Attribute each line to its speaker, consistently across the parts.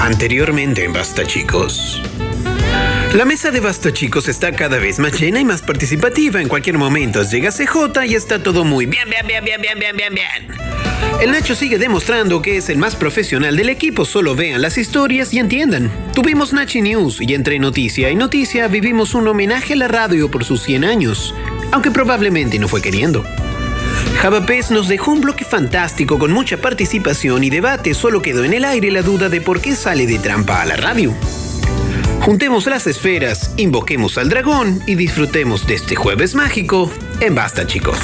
Speaker 1: Anteriormente en Basta Chicos. La mesa de Basta Chicos está cada vez más llena y más participativa. En cualquier momento llega CJ y está todo muy bien, bien, bien, bien, bien, bien, bien, bien. El Nacho sigue demostrando que es el más profesional del equipo. Solo vean las historias y entiendan. Tuvimos Nachi News y entre noticia y noticia vivimos un homenaje a la radio por sus 100 años, aunque probablemente no fue queriendo. Javapés nos dejó un bloque fantástico con mucha participación y debate. Solo quedó en el aire la duda de por qué sale de trampa a la radio. Juntemos las esferas, invoquemos al dragón y disfrutemos de este jueves mágico en Basta, chicos.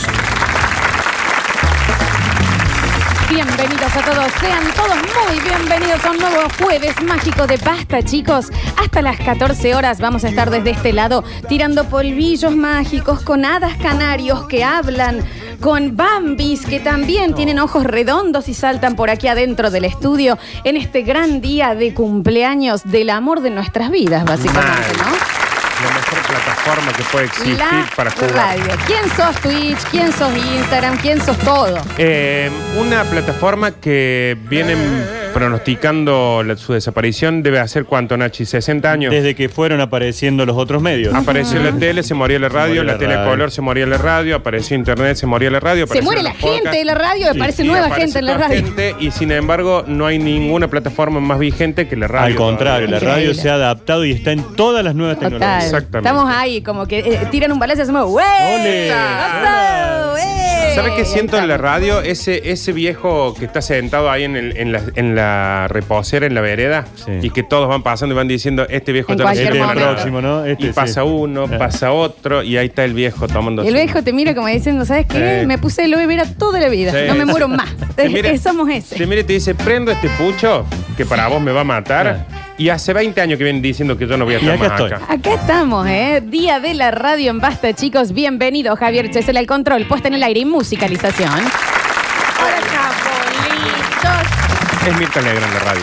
Speaker 2: Bienvenidos a todos, sean todos muy bienvenidos a un nuevo jueves mágico de pasta, chicos. Hasta las 14 horas vamos a estar desde este lado tirando polvillos mágicos con hadas canarios que hablan, con bambis que también tienen ojos redondos y saltan por aquí adentro del estudio en este gran día de cumpleaños del amor de nuestras vidas, básicamente,
Speaker 3: Mal.
Speaker 2: ¿no?
Speaker 3: La mejor plataforma que puede existir
Speaker 2: La
Speaker 3: para jugar.
Speaker 2: radio. ¿Quién sos Twitch? ¿Quién sos Instagram? ¿Quién sos todo?
Speaker 3: Eh, una plataforma que vienen pronosticando la- su desaparición debe hacer cuánto, Nachi, 60 años.
Speaker 4: Desde que fueron apareciendo los otros medios.
Speaker 3: Apareció la tele, se moría la radio,
Speaker 4: murió
Speaker 3: la,
Speaker 4: la
Speaker 3: tele a
Speaker 4: radio.
Speaker 3: color, se moría la radio, apareció internet, se moría la radio.
Speaker 2: Se
Speaker 3: aparecieron
Speaker 2: muere la
Speaker 3: los podcasts.
Speaker 2: gente de la radio, aparece
Speaker 3: Y
Speaker 2: nueva
Speaker 3: aparece
Speaker 2: gente en la
Speaker 3: toda
Speaker 2: radio.
Speaker 3: gente, y sin embargo, no hay ninguna plataforma más vigente que la radio.
Speaker 4: Al contrario, la
Speaker 2: Increíble.
Speaker 4: radio se ha adaptado y está en todas las nuevas
Speaker 2: Total.
Speaker 4: tecnologías.
Speaker 3: Exactamente.
Speaker 2: Estamos ahí, como que eh, tiran un balazo y hacemos ¡Wey! eh".
Speaker 4: ¡Ole!
Speaker 2: ¡Oso! ¡Wey!
Speaker 3: ¿Sabes qué siento en la
Speaker 2: Ahí
Speaker 3: radio? Ese, ese viejo que está sentado ahí en, el- en la, en la reposera, en la vereda,
Speaker 4: Sí.
Speaker 3: y que todos van pasando y van diciendo, este viejo
Speaker 2: En
Speaker 3: ya no
Speaker 2: cualquier
Speaker 3: sirve
Speaker 4: Este es
Speaker 3: para
Speaker 4: el
Speaker 2: momento.
Speaker 3: nada".
Speaker 4: próximo, ¿no? Este,
Speaker 3: y pasa
Speaker 4: sí.
Speaker 3: uno,
Speaker 4: Ah.
Speaker 3: pasa otro, y ahí está el viejo tomando.
Speaker 2: está. Y el viejo te mira como diciendo, ¿sabes qué?
Speaker 3: Sí.
Speaker 2: Me puse el aloe vera toda la vida,
Speaker 3: Sí,
Speaker 2: no me
Speaker 3: sí.
Speaker 2: muero más.
Speaker 3: Te mira-
Speaker 2: Eh, Somos ese.
Speaker 3: Te mira y te dice, prendo este pucho, que para vos me va a matar. Y hace 20 años que vienen diciendo que yo no voy a
Speaker 4: Ah. Y
Speaker 3: estar
Speaker 4: acá
Speaker 3: más
Speaker 4: estoy.
Speaker 3: acá.
Speaker 2: Acá estamos, ¿eh? Día de la radio en Basta, chicos. Bienvenido, Javier Chesel al control, puesta en el aire y musicalización. Hola, Japolitos.
Speaker 3: Es Mirta Legrand la radio.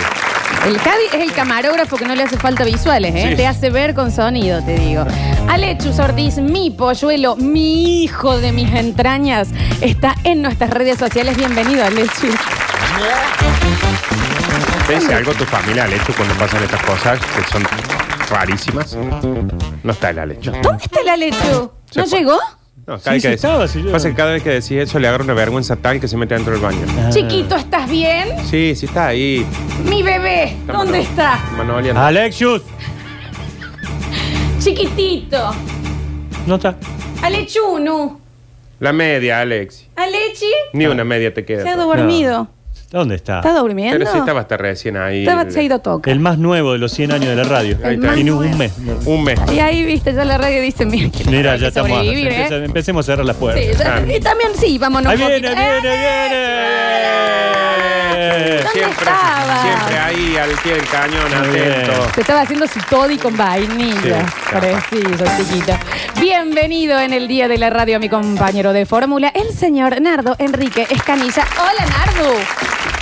Speaker 2: El Javi es el camarógrafo que no le hace falta visuales, ¿eh?
Speaker 3: Sí.
Speaker 2: Te hace ver con sonido, te digo. Alechus Ortiz, mi polluelo, mi hijo de mis entrañas, está en nuestras redes sociales. Bienvenido, Alechus.
Speaker 3: ¿Te dice algo tu familia, Alecho, cuando pasan estas cosas que son rarísimas? No está el Alecho.
Speaker 2: ¿Dónde está el Alechu?
Speaker 3: Se
Speaker 2: ¿No
Speaker 3: fue.
Speaker 2: llegó?
Speaker 3: No,
Speaker 4: Sí, sí estaba, sí, yo-
Speaker 3: Pasa que cada vez que decís eso le agarra una vergüenza tal que se mete dentro del baño.
Speaker 2: Chiquito, ¿estás bien?
Speaker 3: Sí, sí está ahí.
Speaker 2: Mi bebé,
Speaker 3: Está
Speaker 2: ¿dónde
Speaker 3: mano-
Speaker 2: está?
Speaker 3: manoleando.
Speaker 4: Alexius.
Speaker 2: Chiquitito.
Speaker 4: No está.
Speaker 2: Alechunu.
Speaker 3: La media, Alex.
Speaker 2: Alechi.
Speaker 4: Ah.
Speaker 3: Ni una media te
Speaker 2: Se ha
Speaker 3: queda.
Speaker 2: dormido.
Speaker 4: ¿Dónde está?
Speaker 2: ¿Está durmiendo?
Speaker 3: Ah, Pero sí estaba hasta recién ahí.
Speaker 2: Estaba- se ha ido a toca.
Speaker 4: El más nuevo de los 100 años de la radio.
Speaker 3: Ahí está.
Speaker 4: Tiene un mes.
Speaker 3: Un mes.
Speaker 2: Y ahí, viste, ya la radio dice, mira, que
Speaker 4: Mira,
Speaker 2: hay
Speaker 4: ya
Speaker 2: que
Speaker 4: estamos.
Speaker 2: sobrevivir, ¿eh?
Speaker 4: Empece- Empecemos a cerrar las
Speaker 2: Sí,
Speaker 4: puertas.
Speaker 2: ya- y también sí, vámonos.
Speaker 4: Ah. Ahí
Speaker 2: un
Speaker 4: viene,
Speaker 2: poquito.
Speaker 4: viene, viene.
Speaker 2: ¿Dónde
Speaker 3: Siempre,
Speaker 2: estabas?
Speaker 3: siempre ahí al pie del cañón,
Speaker 4: Muy bien.
Speaker 3: atento.
Speaker 2: Se estaba haciendo su toddy con vainilla.
Speaker 3: Sí,
Speaker 2: Preciso, chiquito. Bienvenido en el Día de la Radio a mi compañero de fórmula, el señor Nardo Enrique Escanilla. Hola, Nardo.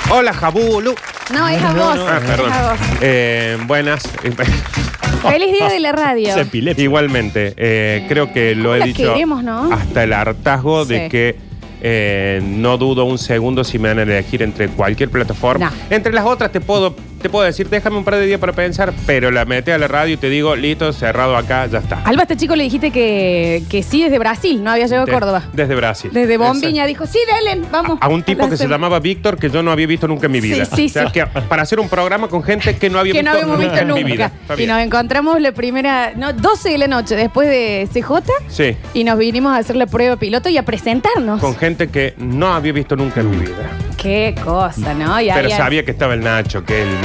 Speaker 3: Hola, Jabulu.
Speaker 2: No, es a vos.
Speaker 3: Ah,
Speaker 2: es
Speaker 3: perdón.
Speaker 2: a vos.
Speaker 3: Eh, buenas.
Speaker 2: Feliz Día de la Radio.
Speaker 4: Se epilepsia.
Speaker 3: Igualmente, eh, creo que lo
Speaker 2: ¿Cómo
Speaker 3: he
Speaker 2: la
Speaker 3: dicho
Speaker 2: queremos, no?
Speaker 3: hasta el hartazgo
Speaker 2: Sí.
Speaker 3: de que eh, no dudo un segundo si me van a elegir entre cualquier plataforma.
Speaker 2: No.
Speaker 3: Entre las otras te puedo, te puedo decir, déjame un par de días para pensar, pero la mete a la radio y te digo, listo, cerrado acá, ya está.
Speaker 2: Alba, este chico le dijiste que, que sí desde Brasil, no había llegado
Speaker 3: De-
Speaker 2: a Córdoba.
Speaker 3: Desde Brasil.
Speaker 2: Desde
Speaker 3: Exacto.
Speaker 2: Bombiña dijo, sí, Delen, vamos.
Speaker 3: A un tipo que se llamaba Víctor que yo no había visto nunca en mi
Speaker 2: Sí,
Speaker 3: vida.
Speaker 2: sí,
Speaker 3: o sea,
Speaker 2: sí.
Speaker 3: que para hacer un programa con gente que no había
Speaker 2: que no
Speaker 3: visto,
Speaker 2: habíamos visto
Speaker 3: en mi vida.
Speaker 2: nunca.
Speaker 3: Está
Speaker 2: Y
Speaker 3: bien.
Speaker 2: nos encontramos la primera, no, 12 de la noche después de CJ.
Speaker 3: Sí.
Speaker 2: Y nos vinimos a hacer la prueba piloto y a presentarnos.
Speaker 3: Con gente que no había visto nunca en mi vida.
Speaker 2: Qué cosa, ¿no? Y
Speaker 3: Pero
Speaker 2: había-
Speaker 3: sabía que estaba el Nacho, que el, el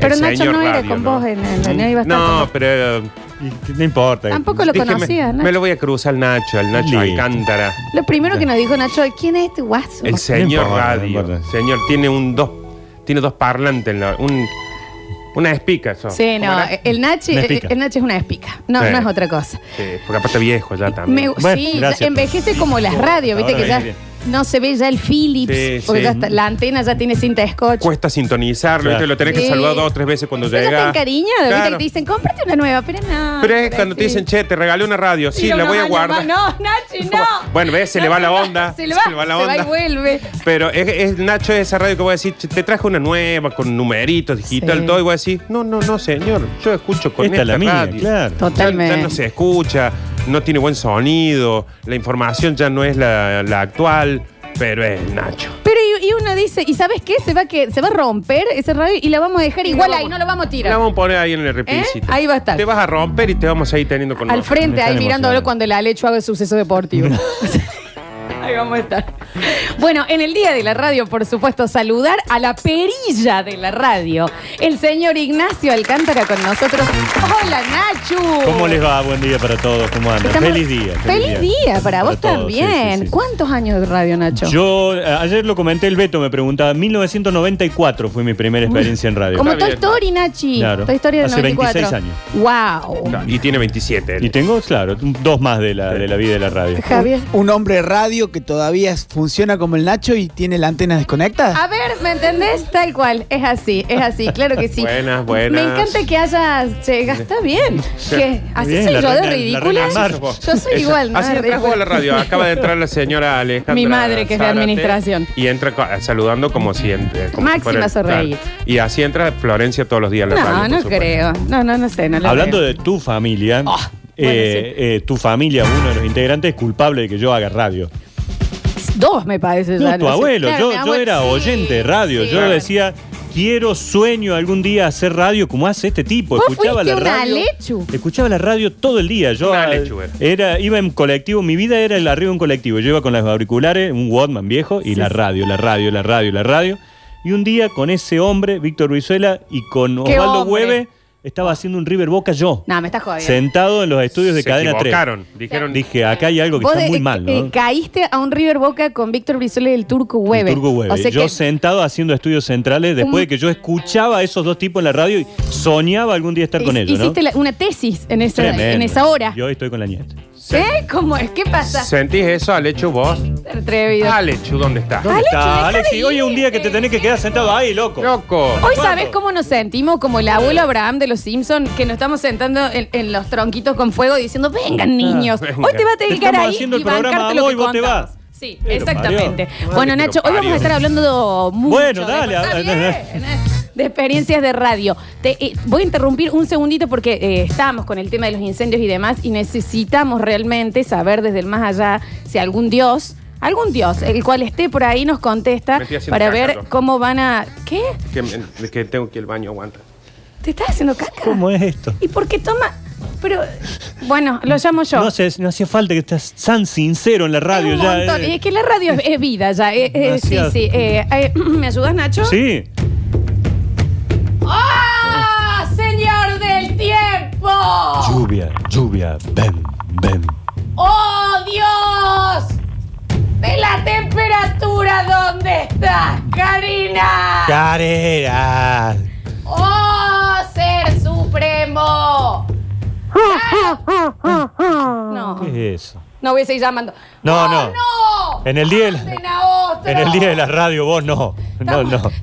Speaker 2: Pero Nacho
Speaker 3: señor
Speaker 2: no era
Speaker 3: radio,
Speaker 2: con vos en el- no iba a estar con
Speaker 3: No,
Speaker 2: vos.
Speaker 3: pero eh,
Speaker 4: Y- No importa.
Speaker 2: Tampoco lo
Speaker 3: dije, me-
Speaker 2: conocía,
Speaker 3: me,
Speaker 2: Nacho.
Speaker 3: lo voy a cruzar al Nacho, al Nacho
Speaker 4: Listo.
Speaker 3: Alcántara.
Speaker 2: Lo primero que nos dijo Nacho, ¿quién es este guaso?
Speaker 3: El señor
Speaker 4: importa, no
Speaker 3: radio.
Speaker 4: importa.
Speaker 3: señor tiene un dos tiene dos parlantes, en la- un, una espica eso.
Speaker 2: Sí,
Speaker 3: ¿Cómo
Speaker 2: no, eh.
Speaker 3: era?
Speaker 2: el Nachi,
Speaker 4: Una
Speaker 2: el,
Speaker 4: espica.
Speaker 2: el Nachi es una espica. No,
Speaker 3: Sí.
Speaker 2: no es otra cosa.
Speaker 3: Sí, porque aparte viejo ya
Speaker 2: Me-
Speaker 3: también.
Speaker 4: Bueno,
Speaker 2: sí,
Speaker 4: gracias.
Speaker 2: envejece como las radios, viste
Speaker 4: Ahora
Speaker 2: que ya
Speaker 4: viene.
Speaker 2: no se ve ya el Philips,
Speaker 3: Sí,
Speaker 2: porque
Speaker 3: sí.
Speaker 2: ya está- la antena ya tiene cinta de scotch.
Speaker 3: Cuesta sintonizarlo,
Speaker 4: Claro.
Speaker 3: ¿viste? lo tenés que
Speaker 2: Sí.
Speaker 3: saludar dos o tres veces cuando
Speaker 2: Pero
Speaker 3: llega.
Speaker 2: tan cariño, ¿viste?
Speaker 3: Claro.
Speaker 2: Que te dicen, cómprate una nueva, pero no.
Speaker 3: Pero es cuando te dicen, che, te regalé una radio. Sí, la voy a guardar.
Speaker 2: No, Nachi, no.
Speaker 3: Bueno, ves, se le va la onda,
Speaker 2: Se le va, se le va la onda. Se va y vuelve.
Speaker 3: Pero es, es Nacho esa radio que voy a decir, "Che, te traje una nueva con numeritos, digital,
Speaker 2: Sí.
Speaker 3: todo, y voy a decir, no, no, no, señor, yo escucho con esta,
Speaker 4: Esta es la mía,
Speaker 3: radio".
Speaker 4: claro.
Speaker 3: Ya-
Speaker 2: Totalmente.
Speaker 3: Ya, no se escucha, no tiene buen sonido, la información ya no es la, la actual, pero es Nacho.
Speaker 2: Pero y, y uno dice, ¿y sabes qué? Se va, que, se va a romper ese radio y la vamos a dejar igual ahí, no lo vamos a tirar.
Speaker 3: La vamos a poner ahí en el replicito.
Speaker 2: ¿Eh? Ahí va a estar.
Speaker 3: Te vas a romper y te vamos a ir teniendo con
Speaker 2: Al
Speaker 3: nosotros.
Speaker 2: frente,
Speaker 4: Me
Speaker 2: ahí
Speaker 4: están
Speaker 2: mirándolo
Speaker 4: emocionando.
Speaker 2: cuando el Alecho haga el suceso deportivo. ahí vamos a estar. Bueno, en el Día de la Radio, por supuesto, saludar a la perilla de la radio. El señor Ignacio Alcántara con nosotros. Hola, Nacho.
Speaker 4: ¿Cómo les va? Buen día para todos. ¿Cómo andan?
Speaker 2: Estamos-
Speaker 4: Feliz día.
Speaker 2: Feliz día, para vos
Speaker 4: todos,
Speaker 2: también.
Speaker 4: sí, sí, sí.
Speaker 2: ¿Cuántos años de radio, Nacho?
Speaker 4: Yo eh, ayer lo comenté, el Beto me preguntaba, 1994 fue mi primera experiencia en radio.
Speaker 2: Como
Speaker 3: Está
Speaker 2: Toy
Speaker 3: bien.
Speaker 2: Story, Nachi.
Speaker 4: Claro.
Speaker 2: Toy Story del
Speaker 4: Hace
Speaker 2: 94.
Speaker 4: 26 años.
Speaker 2: Wow.
Speaker 3: Claro, Y tiene 27. él.
Speaker 4: Y tengo, claro, dos más de la, de la vida de la radio.
Speaker 2: Javier.
Speaker 5: Un hombre radio que todavía es- funciona como el Nacho y tiene la antena desconectada.
Speaker 2: A ver, ¿me entendés? Tal cual. Es así, es así, claro que sí.
Speaker 3: Buenas, buenas.
Speaker 2: Me encanta que hayas. Che, gasta bien. Que así
Speaker 4: bien,
Speaker 2: soy
Speaker 4: la
Speaker 2: yo de
Speaker 4: reina- la
Speaker 2: ridícula.
Speaker 4: reina Mar.
Speaker 3: Sos vos.
Speaker 2: Yo soy
Speaker 3: Esa-
Speaker 2: igual, ¿no?
Speaker 3: Así entras vos a la radio. Acaba de entrar la señora Alejandra.
Speaker 2: Mi madre, que es de
Speaker 3: Zárate,
Speaker 2: administración.
Speaker 3: Y entra co- saludando como siempre. Como
Speaker 2: Máxima
Speaker 3: fuera-
Speaker 2: Sorregui.
Speaker 3: claro. Y así entra Florencia todos los días a la radio.
Speaker 2: No,
Speaker 3: por
Speaker 2: no
Speaker 3: supuesto.
Speaker 2: creo. No, no, no sé. No lo
Speaker 4: Hablando
Speaker 2: creo.
Speaker 4: de tu familia,
Speaker 2: Ah,
Speaker 4: eh,
Speaker 2: bueno,
Speaker 4: eh, tu familia, uno de los integrantes, es culpable de que yo haga radio.
Speaker 2: Dos, me parece.
Speaker 4: No,
Speaker 2: ya,
Speaker 4: tu
Speaker 2: sé.
Speaker 4: abuelo,
Speaker 2: Claro,
Speaker 4: yo,
Speaker 2: mi
Speaker 4: yo
Speaker 2: abuelo,
Speaker 4: era
Speaker 2: sí,
Speaker 4: oyente de radio,
Speaker 2: sí.
Speaker 4: yo decía... Quiero, sueño algún día hacer radio como hace este tipo.
Speaker 2: Vos
Speaker 4: Escuchaba la
Speaker 2: fuiste una
Speaker 4: radio.
Speaker 2: lechu.
Speaker 4: Escuchaba la radio todo el día. Yo
Speaker 3: Una
Speaker 4: ah,
Speaker 3: lechu era.
Speaker 4: era, iba en colectivo, mi vida era el arriba en colectivo. Yo iba con los auriculares, un Walkman viejo,
Speaker 2: Sí,
Speaker 4: y la
Speaker 2: sí.
Speaker 4: radio, la radio, la radio, la radio. Y un día con ese hombre, Víctor Brizuela, y con
Speaker 2: ¿Qué
Speaker 4: Osvaldo
Speaker 2: hombre?
Speaker 4: Hueve, estaba haciendo un River Boca yo.
Speaker 2: No, me estás jodiendo.
Speaker 4: Sentado en los estudios de
Speaker 3: Se
Speaker 4: Cadena 3.
Speaker 3: equivocaron. Dijeron,
Speaker 4: Dije, acá hay algo que
Speaker 2: Vos
Speaker 4: está
Speaker 2: de-
Speaker 4: muy mal, ¿no?
Speaker 2: eh, caíste a un River Boca con Víctor Brizuela y el Turco Hueve.
Speaker 4: El Turco Hueve.
Speaker 2: O sea
Speaker 4: yo
Speaker 2: que-
Speaker 4: sentado haciendo estudios centrales
Speaker 2: Un-
Speaker 4: después de que yo escuchaba a esos dos tipos en la radio y soñaba algún día estar con
Speaker 2: hic-
Speaker 4: ellos, ¿no?
Speaker 2: Hiciste la- una tesis en esa,
Speaker 4: Tremendo.
Speaker 2: en esa hora.
Speaker 4: Y hoy estoy con la nieta.
Speaker 2: ¿Qué? ¿Cómo es? ¿Qué pasa?
Speaker 3: ¿Sentís eso, Alechu, vos?
Speaker 2: Atrevido.
Speaker 3: Alechu, ¿dónde estás?
Speaker 2: ¿Dónde? Alex, deja
Speaker 4: Alex,
Speaker 2: de
Speaker 4: y hoy es un día que te
Speaker 2: irte.
Speaker 4: tenés que quedar sentado ahí, loco.
Speaker 3: ¡Loco!
Speaker 2: Hoy sabes cómo nos sentimos como el
Speaker 4: Eh.
Speaker 2: abuelo Abraham de los Simpsons, que nos estamos sentando en, en los tronquitos con fuego diciendo, vengan niños,
Speaker 3: venga.
Speaker 2: hoy te va a tener que
Speaker 4: Ah, Estamos
Speaker 2: quedar ahí
Speaker 4: haciendo el
Speaker 2: y
Speaker 4: programa
Speaker 2: bancarte lo
Speaker 4: hoy,
Speaker 2: que
Speaker 4: vos te
Speaker 2: contamos.
Speaker 4: vas.
Speaker 2: Sí,
Speaker 4: Pero,
Speaker 2: exactamente.
Speaker 3: Mario,
Speaker 2: bueno,
Speaker 3: madre que
Speaker 2: Nacho,
Speaker 3: lo
Speaker 2: hoy vamos
Speaker 3: parió.
Speaker 2: a estar hablando mucho.
Speaker 4: Bueno,
Speaker 2: de-
Speaker 4: dale,
Speaker 2: está
Speaker 4: a-
Speaker 2: bien, eh, De experiencias de radio. Te, eh, voy a interrumpir un segundito porque eh, estamos con el tema de los incendios y demás y necesitamos realmente saber desde el más allá si algún dios, algún dios, el cual esté por ahí nos contesta
Speaker 3: Me estoy haciendo
Speaker 2: para
Speaker 3: caca,
Speaker 2: ver
Speaker 3: yo.
Speaker 2: cómo van a... ¿Qué?
Speaker 3: Que, me- que tengo que ir al baño, aguanta.
Speaker 2: ¿Te estás haciendo caca?
Speaker 4: ¿Cómo es esto?
Speaker 2: ¿Y por qué toma? Pero, bueno, lo llamo yo.
Speaker 4: No, sé, no hacía falta que estás tan sincero en la radio
Speaker 2: es un
Speaker 4: ya.
Speaker 2: montón.
Speaker 4: eh.
Speaker 2: Y es que la radio es, es vida ya. eh, eh, sí,
Speaker 4: Demasiado.
Speaker 2: sí. eh, eh, ¿Me ayudas, Nacho?
Speaker 4: Sí.
Speaker 2: ¡Ah, señor del tiempo!
Speaker 4: Lluvia, lluvia, ven, ven.
Speaker 2: ¡Oh, Dios! ¡De la temperatura donde estás, Karina!
Speaker 4: Carera.
Speaker 2: ¡Oh, ser supremo! No,
Speaker 4: ¿Qué es eso?
Speaker 2: no voy a seguir llamando.
Speaker 4: No,
Speaker 2: ¡Oh,
Speaker 4: no.
Speaker 2: no!
Speaker 4: En el día de la-
Speaker 2: Manden a otro.
Speaker 4: En el día de la radio vos no. No,
Speaker 2: Estamos-
Speaker 4: no.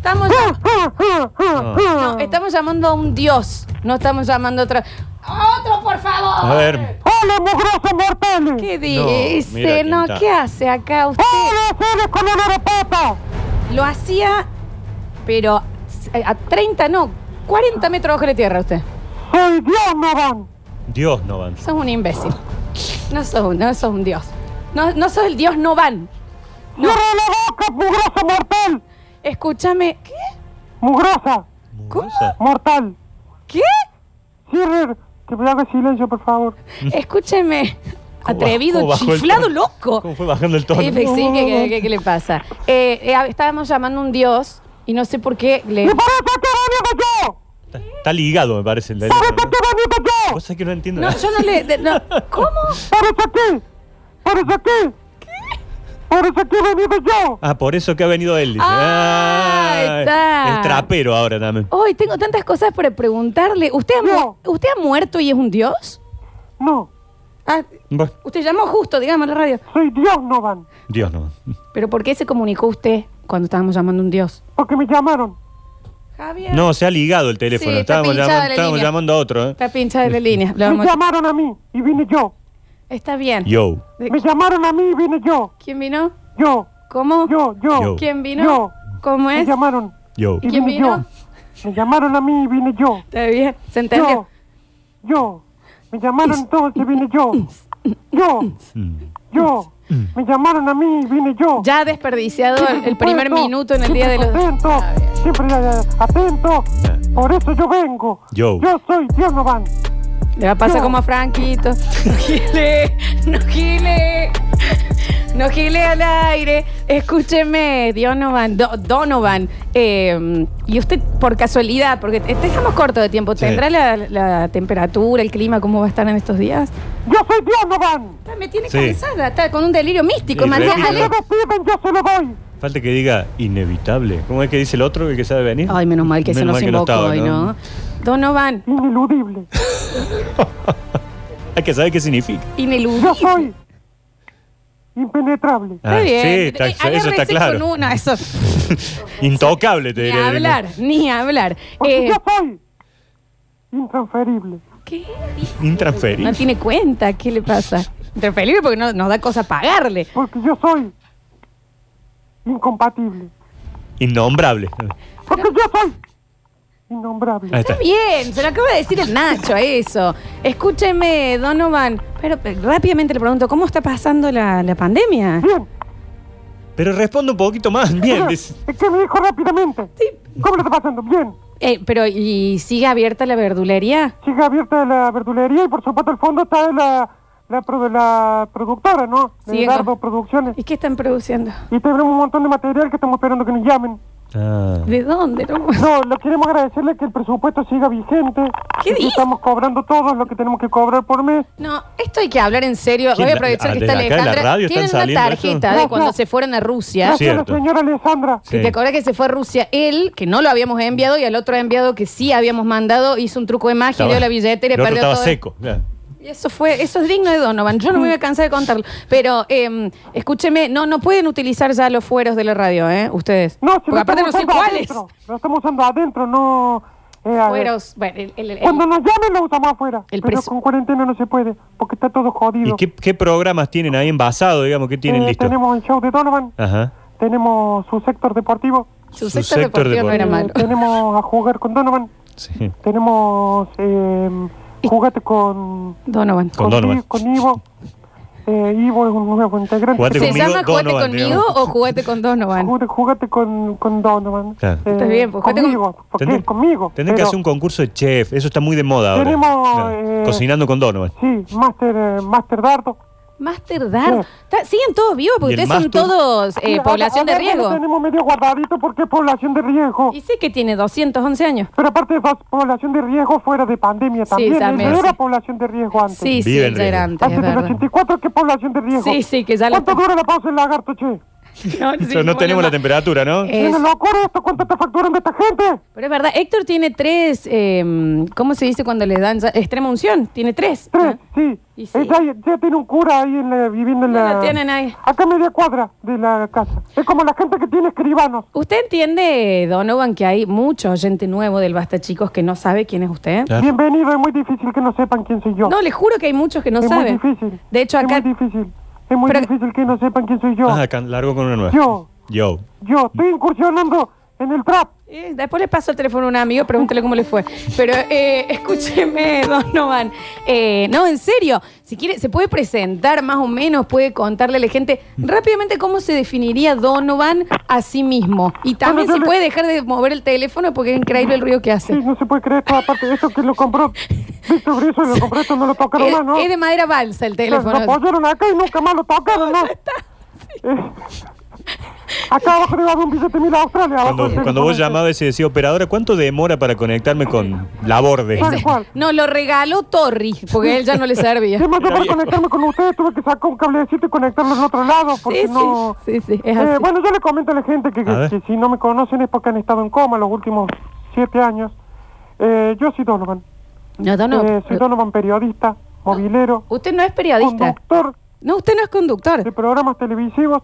Speaker 2: Estamos, no, estamos llamando a un dios. No estamos llamando a otro. ¡Otro, por favor!
Speaker 4: A ver.
Speaker 6: ¡Hola, mugroso mortal!
Speaker 2: ¿Qué
Speaker 4: No, mira
Speaker 2: dice?
Speaker 4: quién
Speaker 2: No,
Speaker 4: está.
Speaker 2: ¿qué hace acá usted?
Speaker 6: ¡Hola, hola, con olor a papa!
Speaker 2: Lo hacía, pero eh, a a 30, no, 40 metros bajo la tierra usted.
Speaker 6: ¡Soy Dios, Navan!
Speaker 4: Dios no avanza.
Speaker 2: Sos un imbécil. No sos un, no sos un dios. No, no sos el dios no van.
Speaker 6: ¡Cierra la boca, mugroso mortal!
Speaker 2: Escúchame. ¿Qué?
Speaker 6: ¡Mugrosa!
Speaker 2: ¿Cómo?
Speaker 6: ¡Mortal!
Speaker 2: ¿Qué?
Speaker 6: ¡Cierre! Que me haga silencio, por favor.
Speaker 2: Escúcheme.
Speaker 4: Mm. ¿Cómo bajó-
Speaker 2: Atrevido,
Speaker 4: cómo bajó el
Speaker 2: chiflado,
Speaker 4: tono?
Speaker 2: loco.
Speaker 4: ¿Cómo fue bajando el tono?
Speaker 2: Eh, pues, sí, ¿qué, qué- qué- qué le pasa? Eh, eh, a- estábamos llamando a un dios y no sé por qué le.
Speaker 6: ¡Me parece que venía que yo!
Speaker 4: Está, está ligado, me parece. El de
Speaker 6: ¡Parece que venía que yo!
Speaker 4: Cosa que no entiendo.
Speaker 2: No,
Speaker 4: nada.
Speaker 2: yo no le. de- no. ¿Cómo?
Speaker 6: ¡Parece aquí! ¡Parece aquí! ¡Parece aquí venía que yo!
Speaker 4: Ah, por eso que ha venido él. dice.
Speaker 2: Ah,
Speaker 4: Ah,
Speaker 2: está.
Speaker 4: Es trapero ahora también.
Speaker 2: Hoy tengo tantas cosas para preguntarle. ¿Usted ha, mu-
Speaker 6: No.
Speaker 2: ¿Usted ha muerto y es un dios?
Speaker 6: No,
Speaker 2: Ah,
Speaker 4: Bueno,
Speaker 2: usted llamó justo, digamos, a la radio.
Speaker 6: Soy Dios, Novan.
Speaker 4: Dios no.
Speaker 2: Pero ¿por qué se comunicó usted cuando estábamos llamando a un dios?
Speaker 6: Porque me llamaron.
Speaker 2: Javier.
Speaker 4: No, se ha ligado el teléfono.
Speaker 2: Sí, está
Speaker 4: estábamos
Speaker 2: pinchada
Speaker 4: llamando,
Speaker 2: la
Speaker 4: estábamos
Speaker 2: línea.
Speaker 4: llamando a otro. ¿eh?
Speaker 2: Está pinchada de la línea. Lo
Speaker 6: Me
Speaker 2: vamos-
Speaker 6: llamaron a mí y vine yo.
Speaker 2: Está bien.
Speaker 4: Yo.
Speaker 2: De-
Speaker 6: Me llamaron a mí y vine yo.
Speaker 2: ¿Quién vino?
Speaker 6: Yo,
Speaker 2: ¿Cómo?
Speaker 6: yo, yo.
Speaker 4: Yo.
Speaker 2: ¿Quién vino?
Speaker 6: Yo.
Speaker 2: ¿Cómo
Speaker 6: Me
Speaker 2: es?
Speaker 6: llamaron.
Speaker 4: Yo.
Speaker 2: ¿Y quién
Speaker 6: vine
Speaker 2: vino?
Speaker 6: yo. Me llamaron a mí y vine yo.
Speaker 2: Está bien. ¿Se entendió?
Speaker 6: Yo, yo. Me llamaron entonces y vine yo. Yo,
Speaker 4: Mm.
Speaker 6: yo. Me llamaron a mí y vine yo.
Speaker 2: Ya ha desperdiciado el, el primer
Speaker 6: Atento,
Speaker 2: minuto en el día de
Speaker 6: siempre
Speaker 2: los...
Speaker 6: Atento, siempre eh, atento. Por eso yo vengo.
Speaker 4: Yo.
Speaker 6: Yo soy Dios Novan.
Speaker 2: Le va a pasar
Speaker 6: No.
Speaker 2: como a Franquito. No gile, no gile. No gile al aire. Escúcheme, Donovan. Do- Donovan. eh, y usted, por casualidad, porque te- estamos corto de tiempo,
Speaker 4: Sí.
Speaker 2: ¿tendrá la, la temperatura, el clima, cómo va a estar en estos días?
Speaker 6: Yo soy Dios Novan.
Speaker 2: Ah, Me tiene
Speaker 4: Sí.
Speaker 2: cansada, está con un delirio místico.
Speaker 4: Sí,
Speaker 2: María.
Speaker 4: repito.
Speaker 2: Ale-
Speaker 6: Ustedes piden, yo se lo doy.
Speaker 4: Falta que diga inevitable. ¿Cómo es que dice el otro el que sabe venir?
Speaker 2: Ay, menos mal que se nos
Speaker 4: Menos mal que
Speaker 2: invocó
Speaker 4: estaba,
Speaker 2: hoy, ¿no? Donovan,
Speaker 6: Ineludible.
Speaker 4: Hay que saber qué significa.
Speaker 6: Yo
Speaker 2: ineludible.
Speaker 6: soy impenetrable.
Speaker 2: Está bien.
Speaker 4: Ah, Sí,
Speaker 2: Eh,
Speaker 4: está- eso está
Speaker 2: agárrese Con
Speaker 4: claro.
Speaker 2: uno, eso.
Speaker 4: Intocable, te
Speaker 2: Ni
Speaker 4: diré.
Speaker 2: hablar, ni hablar.
Speaker 6: Porque
Speaker 2: Eh,
Speaker 6: yo soy intransferible.
Speaker 2: ¿Qué?
Speaker 4: Intransferible.
Speaker 2: No tiene cuenta, ¿qué le pasa? Interfelible porque no, nos da cosa pagarle.
Speaker 6: Porque yo soy incompatible.
Speaker 4: Innombrable.
Speaker 6: Porque yo soy innombrable.
Speaker 4: Ahí
Speaker 2: Está
Speaker 4: está.
Speaker 2: bien, se lo acaba de decir el Nacho a eso. Escúcheme, Donovan, pero eh, rápidamente le pregunto, ¿cómo está pasando la, la pandemia?
Speaker 6: Bien.
Speaker 4: Pero responde un poquito más. Bien.
Speaker 6: Es
Speaker 4: des-
Speaker 6: que me dijo rápidamente. ¿Cómo le está pasando? Bien.
Speaker 2: Eh, pero, ¿y sigue abierta la verdulería?
Speaker 6: Sigue abierta la verdulería y por supuesto al fondo está la, la, pro- la productora, ¿no? De
Speaker 2: Sigue
Speaker 6: Dardo
Speaker 2: con-
Speaker 6: Producciones.
Speaker 2: ¿Y qué están produciendo?
Speaker 6: Y tenemos un montón de material que estamos esperando que nos llamen.
Speaker 4: Ah.
Speaker 2: ¿De dónde? no?
Speaker 6: No, lo queremos agradecerle que el presupuesto siga vigente.
Speaker 2: ¿Qué
Speaker 6: y que
Speaker 2: dice?
Speaker 6: Estamos cobrando todos lo que tenemos que cobrar por mes.
Speaker 2: No, esto hay que hablar en serio.
Speaker 4: ¿Quién
Speaker 2: Voy a
Speaker 4: la-
Speaker 2: aprovechar
Speaker 4: ah,
Speaker 2: que
Speaker 4: desde
Speaker 2: está
Speaker 4: acá de la
Speaker 2: Alejandra.
Speaker 4: radio están
Speaker 2: Tienen una
Speaker 4: saliendo
Speaker 2: tarjeta
Speaker 4: esto?
Speaker 2: de
Speaker 6: No,
Speaker 2: cuando
Speaker 6: no.
Speaker 2: se fueron a Rusia.
Speaker 6: Gracias a
Speaker 4: Cierto.
Speaker 6: la señora Alessandra.
Speaker 2: Si te acordás que se fue a Rusia él, que no lo habíamos enviado, y al otro enviado que sí habíamos mandado, hizo un truco de magia,
Speaker 4: Estaba-
Speaker 2: dio la billete y le
Speaker 4: el otro
Speaker 2: perdió
Speaker 4: estaba
Speaker 2: todo.
Speaker 4: seco. ya.
Speaker 2: Y eso fue, eso es digno de Donovan. Yo no me voy a cansar de contarlo. Pero, eh, escúcheme, no, no pueden utilizar ya los fueros de la radio, ¿eh? Ustedes.
Speaker 6: No, si
Speaker 2: Porque aparte no sé cuáles.
Speaker 6: adentro. Lo estamos usando adentro, no... eh, a ver.
Speaker 2: Fueros, bueno, el- el- el-
Speaker 6: Cuando nos llamen lo usamos afuera.
Speaker 2: El
Speaker 6: pero
Speaker 2: presu-
Speaker 6: con cuarentena no se puede, porque está todo jodido.
Speaker 4: ¿Y qué, qué programas tienen ahí envasado, digamos? ¿Qué tienen
Speaker 6: Eh,
Speaker 4: listo? Ah.
Speaker 6: Tenemos el show de Donovan,
Speaker 4: Ajá.
Speaker 6: tenemos su sector deportivo,
Speaker 2: su
Speaker 4: su
Speaker 2: sector
Speaker 4: sector
Speaker 2: deportivo no era
Speaker 6: eh,
Speaker 2: malo.
Speaker 6: tenemos a jugar con Donovan,
Speaker 4: Sí.
Speaker 6: tenemos eh, jugate con,
Speaker 2: Donovan.
Speaker 4: Con Donovan.
Speaker 6: I- con Ivo. Eh, Ivo es un nuevo integrante.
Speaker 4: Jugate
Speaker 2: ¿Se
Speaker 4: con- conmigo,
Speaker 2: llama Jugate
Speaker 4: Donovan,
Speaker 2: conmigo
Speaker 4: digamos.
Speaker 2: o Jugate con Donovan?
Speaker 6: Jugate, jugate con, con Donovan. Eh,
Speaker 4: Claro.
Speaker 2: Está bien, pues jugate con-
Speaker 6: conmigo, porque
Speaker 4: Tendré-
Speaker 6: es conmigo.
Speaker 4: Tendré que
Speaker 6: pero-
Speaker 4: hacer un concurso de chef. Eso está muy de moda ahora.
Speaker 6: Tenemos,
Speaker 4: Claro.
Speaker 6: eh,
Speaker 4: Cocinando con Donovan.
Speaker 6: Sí, Master, eh, Master Dardo.
Speaker 2: Master Dardo.
Speaker 6: Sí.
Speaker 2: Ta- Siguen todos vivos porque
Speaker 4: ¿Y el
Speaker 2: ustedes son
Speaker 4: Master?
Speaker 2: todos eh,
Speaker 6: Y a-
Speaker 2: población
Speaker 6: a
Speaker 2: de
Speaker 6: Dardo lo
Speaker 2: riesgo.
Speaker 6: Ah, tenemos medio guardadito porque es población de riesgo.
Speaker 2: Y sé que tiene 211 años.
Speaker 6: Pero aparte de pos- población de riesgo fuera de pandemia también.
Speaker 2: también,
Speaker 6: Él era
Speaker 2: sí.
Speaker 6: población de riesgo antes.
Speaker 2: Sí, sí,
Speaker 4: Vive en
Speaker 2: ya era
Speaker 4: riesgo.
Speaker 2: antes,
Speaker 6: Antes
Speaker 2: es
Speaker 6: del
Speaker 2: verdad.
Speaker 6: 84, ¿qué población de riesgo?
Speaker 2: Sí, sí, que ya la-
Speaker 6: ¿Cuánto dura la pausa en lagarto, che?
Speaker 2: No, sí,
Speaker 4: Pero no
Speaker 2: bueno,
Speaker 4: tenemos
Speaker 2: no.
Speaker 4: la temperatura, ¿no?
Speaker 2: Eh,
Speaker 6: ¿Es
Speaker 2: Es-
Speaker 6: una locura esto? ¿Cuánto te facturan de esta gente?
Speaker 2: Pero es verdad, Héctor tiene tres, eh, ¿cómo se dice cuando le dan ya- extrema unción? Tiene tres.
Speaker 6: Tres, sí.
Speaker 2: Ah, Y sí.
Speaker 6: Eh, ya, ya tiene un cura ahí en la- viviendo en
Speaker 2: No
Speaker 6: la...
Speaker 2: lo tienen ahí.
Speaker 6: Acá a media cuadra de la casa. Es como la gente que tiene escribanos.
Speaker 2: ¿Usted entiende, Donovan, que hay mucho oyente nuevo del Basta Chicos que no sabe quién es usted?
Speaker 4: Claro.
Speaker 6: Bienvenido, es muy difícil que no sepan quién soy yo.
Speaker 2: No, le juro que hay muchos que no
Speaker 6: es
Speaker 2: saben.
Speaker 6: muy difícil.
Speaker 2: De hecho, acá...
Speaker 6: Es muy difícil. Es muy
Speaker 2: Pero-
Speaker 6: difícil que no sepan quién soy yo.
Speaker 4: Ah, acá, largo con una nueva.
Speaker 6: Yo.
Speaker 4: Yo.
Speaker 6: Yo estoy incursionando en el trap.
Speaker 2: Eh, después le paso el teléfono a un amigo, pregúntele cómo le fue. Pero eh, escúcheme, Donovan. Eh, no, en serio, si quiere, se puede presentar más o menos, puede contarle a la gente rápidamente cómo se definiría Donovan a sí mismo. Y también
Speaker 6: Bueno, yo
Speaker 2: se
Speaker 6: le-
Speaker 2: puede dejar de mover el teléfono porque es increíble el ruido que hace.
Speaker 6: Sí, no se puede creer toda parte de esto que lo compró Víctor Griso y lo compró esto, no lo tocaron
Speaker 2: Es,
Speaker 6: más, ¿no?
Speaker 2: es de madera balsa el
Speaker 6: Lo- Lo
Speaker 2: teléfono.
Speaker 6: apoyaron acá y nunca más lo tocaron, ¿no? Eh, acá abajo le va a dar un billete mil australes. abajo
Speaker 4: Cuando,
Speaker 6: del
Speaker 4: cuando
Speaker 6: teléfono.
Speaker 4: vos llamabas y decías, operadora, ¿cuánto demora para conectarme con la borde?
Speaker 6: Tal cual.
Speaker 2: No, lo regaló Torri, porque a él ya no le servía.
Speaker 6: Es más, yo para conectarme con ustedes tuve que sacar un cablecito y conectarlo al otro lado, porque
Speaker 2: Sí,
Speaker 6: no...
Speaker 2: sí, sí, sí, es
Speaker 6: Eh,
Speaker 2: así.
Speaker 6: bueno, yo le comento a la gente que, que-
Speaker 4: A ver.
Speaker 6: que si no me conocen es porque han estado en coma los últimos siete años. Eh, yo soy Donovan.
Speaker 2: No, Donovan.
Speaker 6: Eh, soy Donovan periodista, movilero,
Speaker 2: Usted no es periodista.
Speaker 6: conductor
Speaker 2: No, usted no es
Speaker 6: de
Speaker 2: conductor.
Speaker 6: programas televisivos,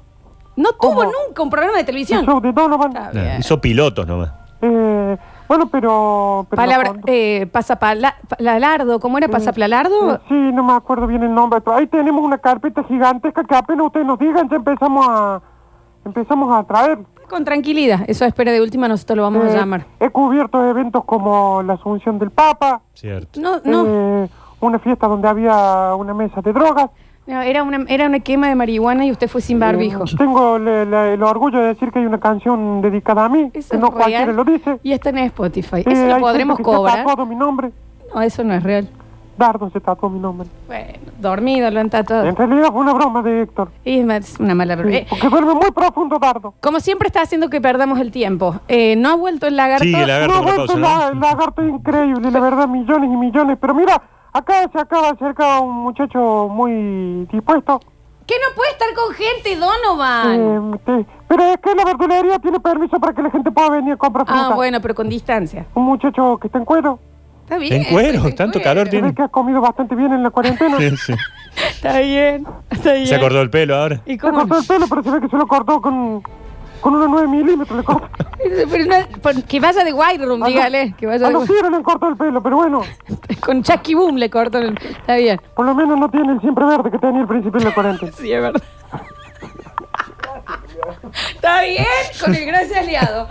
Speaker 2: No tuvo
Speaker 6: ¿Cómo?
Speaker 2: nunca un programa de
Speaker 6: el
Speaker 2: televisión.
Speaker 6: show de Donovan.
Speaker 2: Está
Speaker 4: Nah,
Speaker 2: bien.
Speaker 4: hizo pilotos nomás.
Speaker 6: Eh, bueno, pero... pero
Speaker 2: Palabra,
Speaker 6: no- Mm.
Speaker 2: eh, pasapalardo, ¿cómo era pasapalardo?
Speaker 6: Eh, Sí, no me acuerdo bien el nombre. Ahí tenemos una carpeta gigantesca que apenas ustedes nos digan ya empezamos a empezamos a traer.
Speaker 2: Con tranquilidad, eso espere de última, nosotros lo vamos a
Speaker 6: Mm. Eh,
Speaker 2: llamar.
Speaker 6: He cubierto eventos como la asunción del Papa,
Speaker 4: Cierto.
Speaker 2: No, no,
Speaker 6: eh, una fiesta donde había una mesa de drogas.
Speaker 2: no, era una, era una quema de marihuana y usted fue sin barbijo.
Speaker 6: Eh, tengo le- le- el orgullo de decir que hay una canción dedicada a mí,
Speaker 2: Eso
Speaker 6: que
Speaker 2: es
Speaker 6: no
Speaker 2: real
Speaker 6: cualquiera lo dice.
Speaker 2: Y está en Spotify.
Speaker 6: Eh,
Speaker 2: Eso
Speaker 6: hay
Speaker 2: lo
Speaker 6: gente
Speaker 2: podremos
Speaker 6: que se
Speaker 2: cobrar.
Speaker 6: tatuó mi nombre.
Speaker 2: No, eso no es real.
Speaker 6: Dardo se tatuó mi nombre.
Speaker 2: Bueno, dormido, lo han
Speaker 6: En
Speaker 2: tatuado.
Speaker 6: realidad fue una broma de Héctor.
Speaker 2: Y es más, una mala broma.
Speaker 6: Sí,
Speaker 2: Eh,
Speaker 6: porque duerme muy profundo Dardo.
Speaker 2: como siempre está haciendo que perdamos el tiempo. Eh, no ha vuelto el lagarto.
Speaker 4: Sigue el lagarto
Speaker 6: No,
Speaker 4: con la pausa,
Speaker 6: bueno,
Speaker 4: ¿no?
Speaker 6: la- el lagarto es increíble, la verdad, millones y millones. Pero mira, acá se acaba de acercar un muchacho muy dispuesto.
Speaker 2: ¿Qué no puede estar con gente, Donovan?
Speaker 6: Eh, te- pero es que la verdulería tiene permiso para que la gente pueda venir a comprar fruta.
Speaker 2: ah, bueno, pero con distancia.
Speaker 6: Un muchacho que está en cuero,
Speaker 2: Está bien.
Speaker 4: En cuero,
Speaker 2: está en
Speaker 4: tanto
Speaker 2: cuero.
Speaker 4: calor
Speaker 6: se
Speaker 4: tiene.
Speaker 6: ve que ha comido bastante bien en la cuarentena.
Speaker 4: Sí, sí.
Speaker 2: Está bien, está bien.
Speaker 4: Se acordó el pelo ahora.
Speaker 2: ¿Y
Speaker 6: Se
Speaker 2: cómo?
Speaker 6: cortó el pelo, pero se ve que se lo cortó con, con unos 9 milímetros. Le cortó.
Speaker 2: Pero no- por- que vaya de White Room,
Speaker 6: A los-
Speaker 2: dígale. Que vaya
Speaker 6: A
Speaker 2: de
Speaker 6: los
Speaker 2: White
Speaker 6: cielos le han cortado el pelo, pero bueno,
Speaker 2: Con Chucky Boom le cortó el... Está bien.
Speaker 6: por lo menos no tiene el siempre verde que tenía el principio de la cuarentena.
Speaker 2: Sí, es verdad. Está bien, con el gracias liado.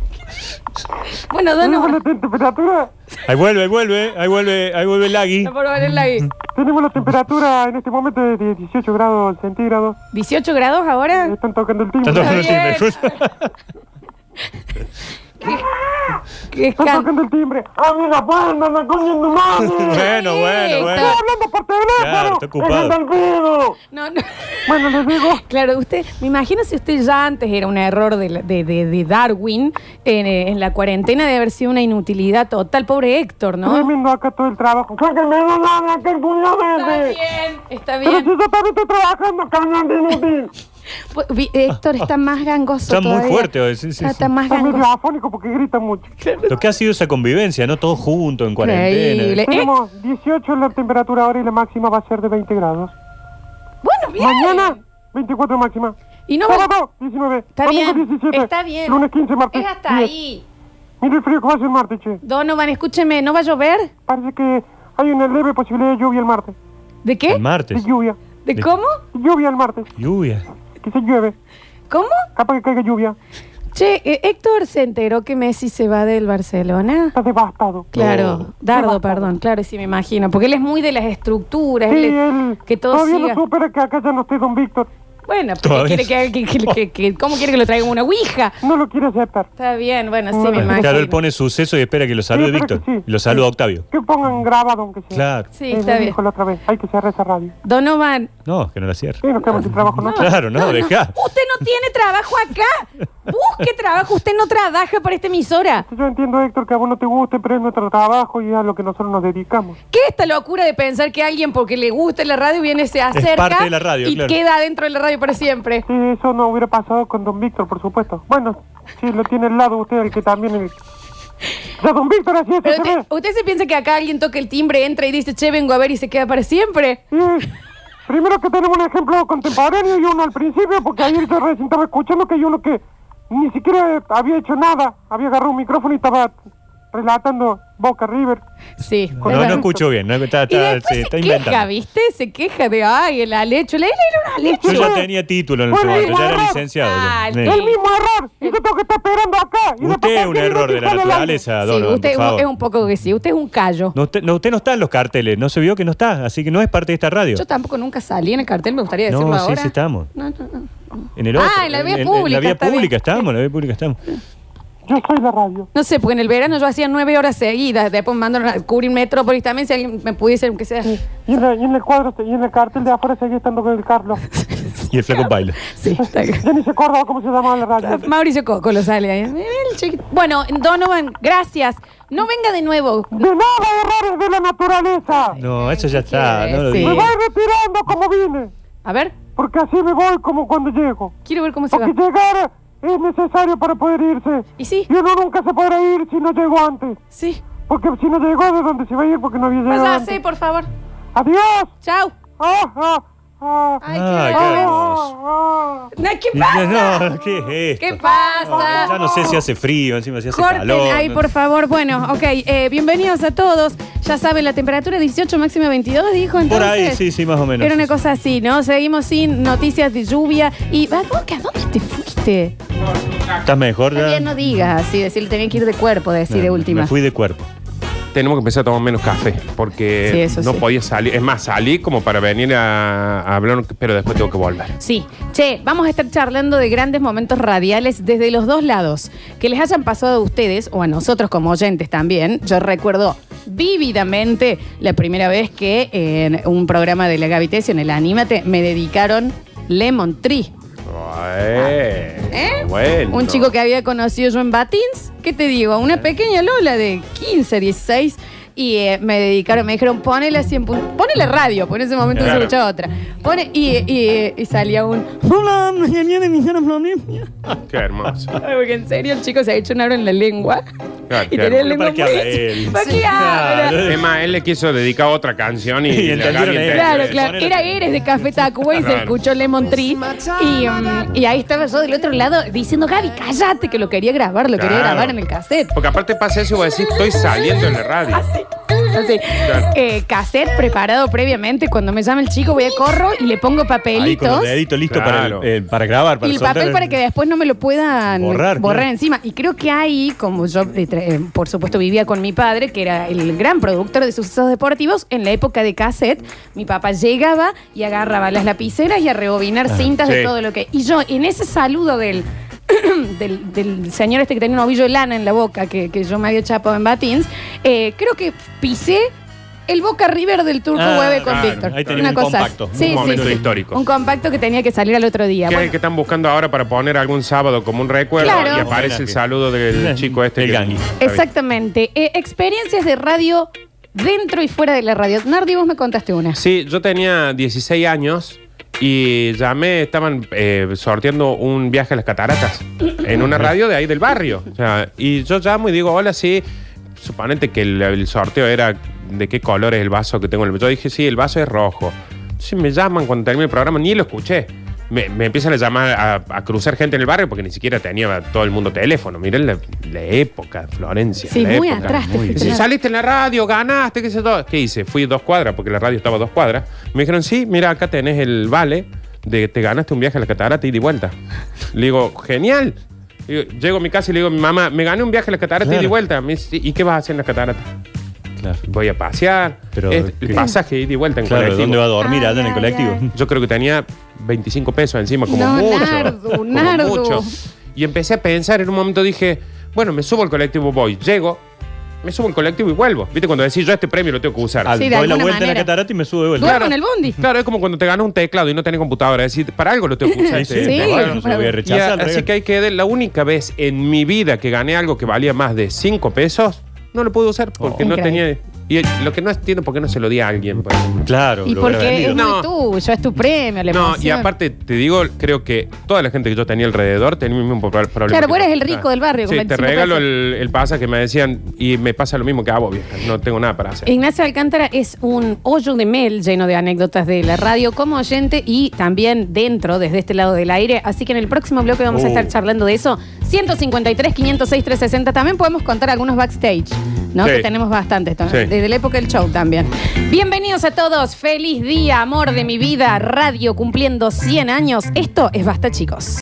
Speaker 2: bueno,
Speaker 6: Tenemos la
Speaker 2: Donovan,
Speaker 6: te- temperatura,
Speaker 4: Ahí vuelve, ahí vuelve, ahí vuelve, ahí vuelve el Agui.
Speaker 2: por valer la vida.
Speaker 6: tenemos la temperatura en este momento de 18 grados centígrados.
Speaker 2: 18 grados ahora.
Speaker 6: Están tocando el timbre.
Speaker 4: Está tocando el
Speaker 2: Está
Speaker 4: timbre.
Speaker 2: Qué
Speaker 6: Están
Speaker 2: escándalo.
Speaker 6: tocando el timbre. pues, ¡A mí la banda, la coña de madre! ¡Estoy
Speaker 4: Bueno, bueno, bueno.
Speaker 2: Está-
Speaker 6: hablando por teléfono!
Speaker 4: Claro, está ocupado.
Speaker 6: ¡Es el vivo!
Speaker 2: No, no.
Speaker 6: Bueno, les digo,
Speaker 2: Claro, usted, me imagino si usted ya antes era un error de, la- de- de- de Darwin en, eh, en la cuarentena de haber sido una inutilidad total, pobre Héctor, ¿no?
Speaker 6: tremendo acá todo el trabajo. ¡Sáquenme de la nada, que el puño
Speaker 2: Está
Speaker 6: verde!
Speaker 2: bien, está
Speaker 6: Pero
Speaker 2: bien.
Speaker 6: si yo también estoy trabajando, cañón de inútil.
Speaker 2: Pues, vi- Héctor está más gangoso.
Speaker 4: Está muy
Speaker 2: todavía.
Speaker 4: fuerte hoy, sí, sí,
Speaker 2: Está,
Speaker 4: sí.
Speaker 2: está más
Speaker 6: Está medio
Speaker 2: gangoso.
Speaker 6: afónico porque grita mucho.
Speaker 4: Lo que ha sido esa convivencia, ¿no? Todos juntos en cuarentena.
Speaker 2: Increíble. ¿Eh?
Speaker 6: Tenemos 18 la temperatura ahora y la máxima va a ser de 20 grados.
Speaker 2: Bueno, bien.
Speaker 6: Mañana, 24 máxima.
Speaker 2: Y no
Speaker 6: Sábado, 19.
Speaker 2: Está
Speaker 6: Domingo,
Speaker 2: bien,
Speaker 6: 17.
Speaker 2: está bien.
Speaker 6: Lunes, 15, martes.
Speaker 2: Es hasta
Speaker 6: 10.
Speaker 2: ahí.
Speaker 6: Mira el frío que va a hacer el martes, che.
Speaker 2: Donovan, escúcheme, ¿no va a llover?
Speaker 6: Parece que hay una leve posibilidad de lluvia el martes.
Speaker 2: ¿De qué?
Speaker 4: El martes.
Speaker 6: De lluvia.
Speaker 2: ¿De
Speaker 4: de-
Speaker 2: cómo?
Speaker 6: Lluvia el martes.
Speaker 4: Lluvia.
Speaker 6: Que se llueve.
Speaker 2: ¿Cómo?
Speaker 6: Capaz que caiga lluvia.
Speaker 2: Che, eh, Héctor se enteró que Messi se va del Barcelona.
Speaker 6: Está devastado.
Speaker 2: Claro,
Speaker 4: No.
Speaker 2: Dardo,
Speaker 6: Devastado.
Speaker 2: perdón, claro, sí me imagino, porque él es muy de las estructuras,
Speaker 6: Sí,
Speaker 2: él es-
Speaker 6: él
Speaker 2: que todo
Speaker 6: todavía
Speaker 2: siga.
Speaker 6: no supera que acá ya no esté Don Víctor.
Speaker 2: bueno, pero
Speaker 4: Todavía
Speaker 2: quiere que, haga- que- que- que- que- ¿cómo quiere que lo traigan una ouija?
Speaker 6: No lo quiere aceptar.
Speaker 2: Está bien, bueno, sí me imagino.
Speaker 4: Claro, él pone suceso y espera que lo salude
Speaker 6: Sí, espero
Speaker 4: Víctor.
Speaker 6: que sí.
Speaker 4: Y lo saluda Octavio.
Speaker 6: Que pongan grabado aunque sea.
Speaker 4: Claro.
Speaker 2: Sí,
Speaker 6: Eh,
Speaker 2: está
Speaker 6: me
Speaker 2: bien.
Speaker 6: dijo la otra vez. Hay que cerrar esa radio.
Speaker 2: Donovan,
Speaker 4: No, que no la cierre.
Speaker 6: Sí, nos quedamos sin trabajo, ¿no?
Speaker 4: Claro, no, deja.
Speaker 2: usted no tiene trabajo acá. Busque trabajo, usted no trabaja para esta emisora.
Speaker 6: Yo entiendo, Héctor, que a vos no te guste, pero es nuestro trabajo y es a lo que nosotros nos dedicamos.
Speaker 2: ¿Qué es esta locura de pensar que alguien porque le gusta la radio viene, se acerca
Speaker 4: parte de la radio,
Speaker 2: y
Speaker 4: claro.
Speaker 2: queda dentro de la radio para siempre?
Speaker 6: Sí, eso no hubiera pasado con Don Víctor, por supuesto. Bueno, sí, lo tiene al lado usted, el que también... El... Ya, Don Víctor, así es,
Speaker 2: Pero
Speaker 6: se ve.
Speaker 2: usted, usted se piensa que acá alguien toca el timbre, entra y dice, che, vengo a ver y se queda para siempre.
Speaker 6: Sí, primero que tenemos un ejemplo contemporáneo y uno al principio, porque ayer yo recién estaba escuchando que hay uno que ni siquiera había hecho nada, había agarrado un micrófono y estaba relatando Boca River.
Speaker 2: Sí.
Speaker 4: No, no escucho bien. no, está,
Speaker 2: Y
Speaker 4: está,
Speaker 2: después
Speaker 4: se está
Speaker 2: se queja,
Speaker 4: inventando.
Speaker 2: ¿viste? Se queja de, ay, el Alecho. Él era un Alecho.
Speaker 4: Yo ya tenía título en el
Speaker 6: Bueno,
Speaker 4: segundo, ya
Speaker 6: igual.
Speaker 4: era licenciado. ya.
Speaker 2: Ah,
Speaker 4: Sí.
Speaker 2: el
Speaker 6: El mismo error, y yo tengo que estar esperando acá. Y
Speaker 4: Usted
Speaker 6: después
Speaker 4: es un
Speaker 6: cualquier
Speaker 4: error de la
Speaker 6: inútil sale al aire.
Speaker 4: naturaleza,
Speaker 2: Sí,
Speaker 4: Donovan,
Speaker 2: usted
Speaker 4: por
Speaker 2: es un,
Speaker 4: favor.
Speaker 2: es un poco que sí. Usted es un callo.
Speaker 4: No, usted, no, usted no está en los carteles, no se vio que no está, así que no es parte de esta radio.
Speaker 2: Yo tampoco nunca salí en el cartel, me gustaría
Speaker 4: No,
Speaker 2: decirlo
Speaker 4: sí,
Speaker 2: ahora.
Speaker 4: sí estamos.
Speaker 2: No, no, no.
Speaker 4: En el
Speaker 2: Ah,
Speaker 4: otro,
Speaker 2: en la vía pública,
Speaker 4: la vía
Speaker 2: está bien.
Speaker 4: pública estamos, en la vía pública estamos.
Speaker 6: Yo soy la radio.
Speaker 2: No sé, porque en el verano yo hacía nueve horas seguidas. Después me mandaron a cubrir Metrópolis también, si alguien me pudiese, aunque sea.
Speaker 6: Y en, la- y en el cuadro, y en el cartel de afuera seguía estando con el Carlos.
Speaker 4: Y el flaco baila.
Speaker 2: Sí, está acá.
Speaker 6: Ya ni se acordaba cómo se llamaba la radio.
Speaker 2: Mauricio Coco lo sale ahí. El chiquito. Bueno, Donovan, gracias. No venga de nuevo.
Speaker 6: De nada, errores de la naturaleza.
Speaker 4: No, eso ya
Speaker 2: ¿qué
Speaker 4: está,
Speaker 2: quiere
Speaker 4: no lo
Speaker 2: decir?
Speaker 6: Me
Speaker 4: digo.
Speaker 6: voy retirando como vine,
Speaker 2: A ver,
Speaker 6: porque así me voy como cuando llego.
Speaker 2: quiero ver cómo se va.
Speaker 6: Porque llegar es necesario para poder irse.
Speaker 2: Y sí,
Speaker 6: Y uno nunca se podrá ir si no llegó antes.
Speaker 2: sí.
Speaker 6: Porque si no llegó, ¿de dónde se va a ir? Porque no había llegado.
Speaker 2: Vaya,
Speaker 6: antes.
Speaker 2: sí, por favor.
Speaker 6: ¡Adiós!
Speaker 2: Chau.
Speaker 6: ¡Ah, ah, ah!
Speaker 2: Ay, qué
Speaker 4: Ah, qué
Speaker 2: vergüenza.
Speaker 4: hermoso.
Speaker 6: ah.
Speaker 2: No, ¿Qué pasa?
Speaker 4: No, ¿qué es esto?
Speaker 2: ¿Qué pasa? Oh,
Speaker 4: Ya no sé si hace frío, encima si hace
Speaker 2: Corten
Speaker 4: calor.
Speaker 2: ahí,
Speaker 4: no
Speaker 2: por
Speaker 4: sé.
Speaker 2: favor. Bueno, ok. eh, bienvenidos a todos. Ya saben, la temperatura 18, máxima 22, dijo entonces.
Speaker 4: Por ahí, sí, sí, más o menos.
Speaker 2: Era una
Speaker 4: Sí, sí.
Speaker 2: cosa así, ¿no? Seguimos sin noticias de lluvia. ¿Y ¿a dónde, a dónde te fuiste?
Speaker 4: ¿Estás mejor ya?
Speaker 2: También no digas así, decir, tenía que ir de cuerpo, decir
Speaker 4: No,
Speaker 2: de última.
Speaker 4: Me fui de cuerpo.
Speaker 3: Tenemos que empezar a tomar menos café porque
Speaker 2: Sí, eso
Speaker 3: no
Speaker 2: sí.
Speaker 3: podía salir. Es más, salí como para venir a, a hablar, pero después tengo que volver.
Speaker 2: Sí, che, vamos a estar charlando de grandes momentos radiales desde los dos lados. Que les hayan pasado a ustedes o a nosotros como oyentes también. Yo recuerdo vívidamente la primera vez que en un programa de la Gavitesio, en el Anímate, me dedicaron Lemon Tree. ¿Eh?
Speaker 3: ¿Eh? Bueno.
Speaker 2: Un chico que había conocido yo en Batins, ¿qué te digo? Una pequeña Lola de 15, 16. Y eh, me dedicaron, me dijeron, ponele a 100 puntos. Ponele radio, porque en ese momento se
Speaker 3: Claro.
Speaker 2: escuchaba otra. Pone, y, y- y salía un. "Hola, mañana me hicieron lo mismo".
Speaker 3: Qué hermoso.
Speaker 2: Ay, Porque en serio el chico se ha hecho un aro en la lengua.
Speaker 3: Claro,
Speaker 2: y tenía
Speaker 3: claro.
Speaker 2: la
Speaker 3: Pero
Speaker 2: lengua
Speaker 4: ¿para qué
Speaker 2: muy
Speaker 4: habla
Speaker 2: hecha.
Speaker 4: él?
Speaker 2: ¿Para qué
Speaker 4: Sí,
Speaker 2: habla?
Speaker 4: claro.
Speaker 3: Es más, él le quiso dedicar otra canción y,
Speaker 4: Y
Speaker 3: la
Speaker 4: entendieron
Speaker 3: Gaby
Speaker 4: él.
Speaker 3: entendió.
Speaker 2: Claro,
Speaker 4: Sí,
Speaker 2: claro.
Speaker 4: sí.
Speaker 2: Era Eres de Café Tacuba y se
Speaker 3: Claro.
Speaker 2: escuchó Lemon Tree. Y, mm, y ahí estaba yo del otro lado diciendo, Gaby, cállate, que lo quería grabar, lo quería
Speaker 3: Claro.
Speaker 2: grabar en el cassette.
Speaker 3: Porque aparte pasa eso y voy a decir, estoy saliendo en la radio.
Speaker 2: Ah, Así.
Speaker 3: Claro.
Speaker 2: Eh, cassette preparado previamente. Cuando me llama el chico, voy a corro y le pongo
Speaker 4: Ahí con los
Speaker 2: papelitos.
Speaker 4: deditos listo para, el-
Speaker 3: Claro.
Speaker 4: eh, para grabar, para
Speaker 2: Y el
Speaker 4: soltar
Speaker 2: papel para que después no me lo puedan borrar,
Speaker 4: Borrar, claro.
Speaker 2: encima. Y creo que ahí, como yo, eh, tra- eh, por supuesto, vivía con mi padre, que era el gran productor de sucesos deportivos, en la época de cassette, mi papá llegaba y agarraba las lapiceras y a rebobinar cintas de
Speaker 3: sí.
Speaker 2: todo lo que... Y yo, en ese saludo del, del, del señor este que tenía un ovillo de lana en la boca, que, que yo me había chapado en Batins, eh, creo que pisé... El Boca River del Turco
Speaker 4: Ah,
Speaker 2: Hueve con
Speaker 3: claro.
Speaker 2: Víctor.
Speaker 4: Ahí tenía
Speaker 2: Una
Speaker 4: un
Speaker 2: cosa así.
Speaker 4: compacto, un
Speaker 2: Sí, sí,
Speaker 3: momento
Speaker 2: sí.
Speaker 3: histórico.
Speaker 2: Un compacto que tenía que salir al otro día.
Speaker 3: ¿Qué es
Speaker 2: Bueno,
Speaker 3: el que están buscando ahora para poner algún sábado como un recuerdo?
Speaker 2: Claro.
Speaker 3: Y aparece el saludo del chico este.
Speaker 4: El
Speaker 3: que-
Speaker 4: Gangui.
Speaker 2: Exactamente. Eh, experiencias de radio dentro y fuera de la radio. Nardi, vos me contaste una.
Speaker 3: Sí, yo tenía 16 años y llamé, estaban eh, sorteando un viaje a las cataratas en una radio de ahí del barrio. O sea, y yo llamo y digo, hola, sí, suponete que el, el sorteo era de qué color es el vaso que tengo. en el- Yo dije, sí, el vaso es rojo. Sí, me llaman cuando termine el programa, ni lo escuché. Me, me empiezan a llamar a, a cruzar gente en el barrio porque ni siquiera tenía todo el mundo teléfono. Miren la, la época, Florencia.
Speaker 2: Sí,
Speaker 3: la
Speaker 2: muy
Speaker 3: época.
Speaker 2: atrás te
Speaker 3: Muy
Speaker 2: escuchaba.
Speaker 3: bien. Saliste en la radio, ganaste, qué sé yo. ¿Qué hice? Fui dos cuadras, porque la radio estaba a dos cuadras. Me dijeron, sí, mira, acá tenés el vale de que te ganaste un viaje a la catarata ida y de vuelta. Le digo, genial. Digo, Llego a mi casa y le digo, mi mamá, me gané un viaje a la catarata ida y de
Speaker 4: Claro.
Speaker 3: vuelta. Me dice, ¿y qué vas a hacer en la catarata?
Speaker 4: Claro.
Speaker 3: Voy a pasear.
Speaker 4: Pero,
Speaker 3: Es- el
Speaker 4: ¿qué?
Speaker 3: pasaje ida y de vuelta en
Speaker 4: Claro,
Speaker 3: colectivo.
Speaker 4: ¿dónde va a dormir?
Speaker 2: Ah,
Speaker 4: Allá en el
Speaker 2: ya,
Speaker 4: colectivo.
Speaker 2: ya.
Speaker 3: Yo creo que tenía 25 pesos encima, como
Speaker 2: No,
Speaker 3: mucho.
Speaker 2: Nardo,
Speaker 3: como
Speaker 2: Nardo.
Speaker 3: mucho. Y empecé a pensar, en un momento dije, bueno, me subo al colectivo, voy, llego, me subo al colectivo y vuelvo. ¿Viste? Cuando decís, yo este premio lo tengo que usar.
Speaker 4: Al-
Speaker 2: Sí, de
Speaker 4: doy la
Speaker 2: alguna
Speaker 4: vuelta en
Speaker 2: manera.
Speaker 4: la catarata y me sube de vuelta.
Speaker 2: Duermo en el bondi.
Speaker 3: Claro, es como cuando te ganas un teclado y no tenés computadora. Es decir, para algo lo tengo que usar.
Speaker 2: Sí,
Speaker 3: este
Speaker 2: sí.
Speaker 3: teclado.
Speaker 4: bueno, no se lo voy a
Speaker 3: Y a-
Speaker 4: rechazar.
Speaker 3: así
Speaker 4: regalo.
Speaker 3: que hay que ver, la única vez en mi vida que gané algo que valía más de 5 pesos, no lo pude usar porque
Speaker 2: Oh.
Speaker 3: no
Speaker 2: Increíble.
Speaker 3: tenía... Y el- lo que no entiendo por qué no se lo di a alguien. por ejemplo.
Speaker 4: Claro,
Speaker 2: Y
Speaker 4: lo hubiera
Speaker 2: porque
Speaker 4: venido.
Speaker 2: es muy
Speaker 3: No.
Speaker 2: tuyo, es tu premio, la
Speaker 3: No,
Speaker 2: emoción.
Speaker 3: y aparte te digo, creo que toda la gente que yo tenía alrededor tenía el mismo pro- problema.
Speaker 2: Claro,
Speaker 3: que
Speaker 2: vos
Speaker 3: yo.
Speaker 2: eres el rico del barrio, con
Speaker 3: Sí, te
Speaker 2: 25
Speaker 3: regalo
Speaker 2: pesos.
Speaker 3: el, el pasaje, me decían, y me pasa lo mismo que a vos, vieja. No tengo nada para hacer.
Speaker 2: Ignacio Alcántara es un hoyo de mel lleno de anécdotas de la radio como oyente y también dentro, desde este lado del aire. Así que en el próximo bloque vamos a
Speaker 4: Oh.
Speaker 2: estar
Speaker 3: Uh.
Speaker 2: charlando de eso. 153, 506, 360. También podemos contar algunos backstage, ¿no?
Speaker 3: Sí.
Speaker 2: Que tenemos bastantes. to-
Speaker 3: Sí.
Speaker 2: Desde la época del show también. Bienvenidos a todos. Feliz día, amor de mi vida. Radio cumpliendo 100 años. Esto es Basta, chicos.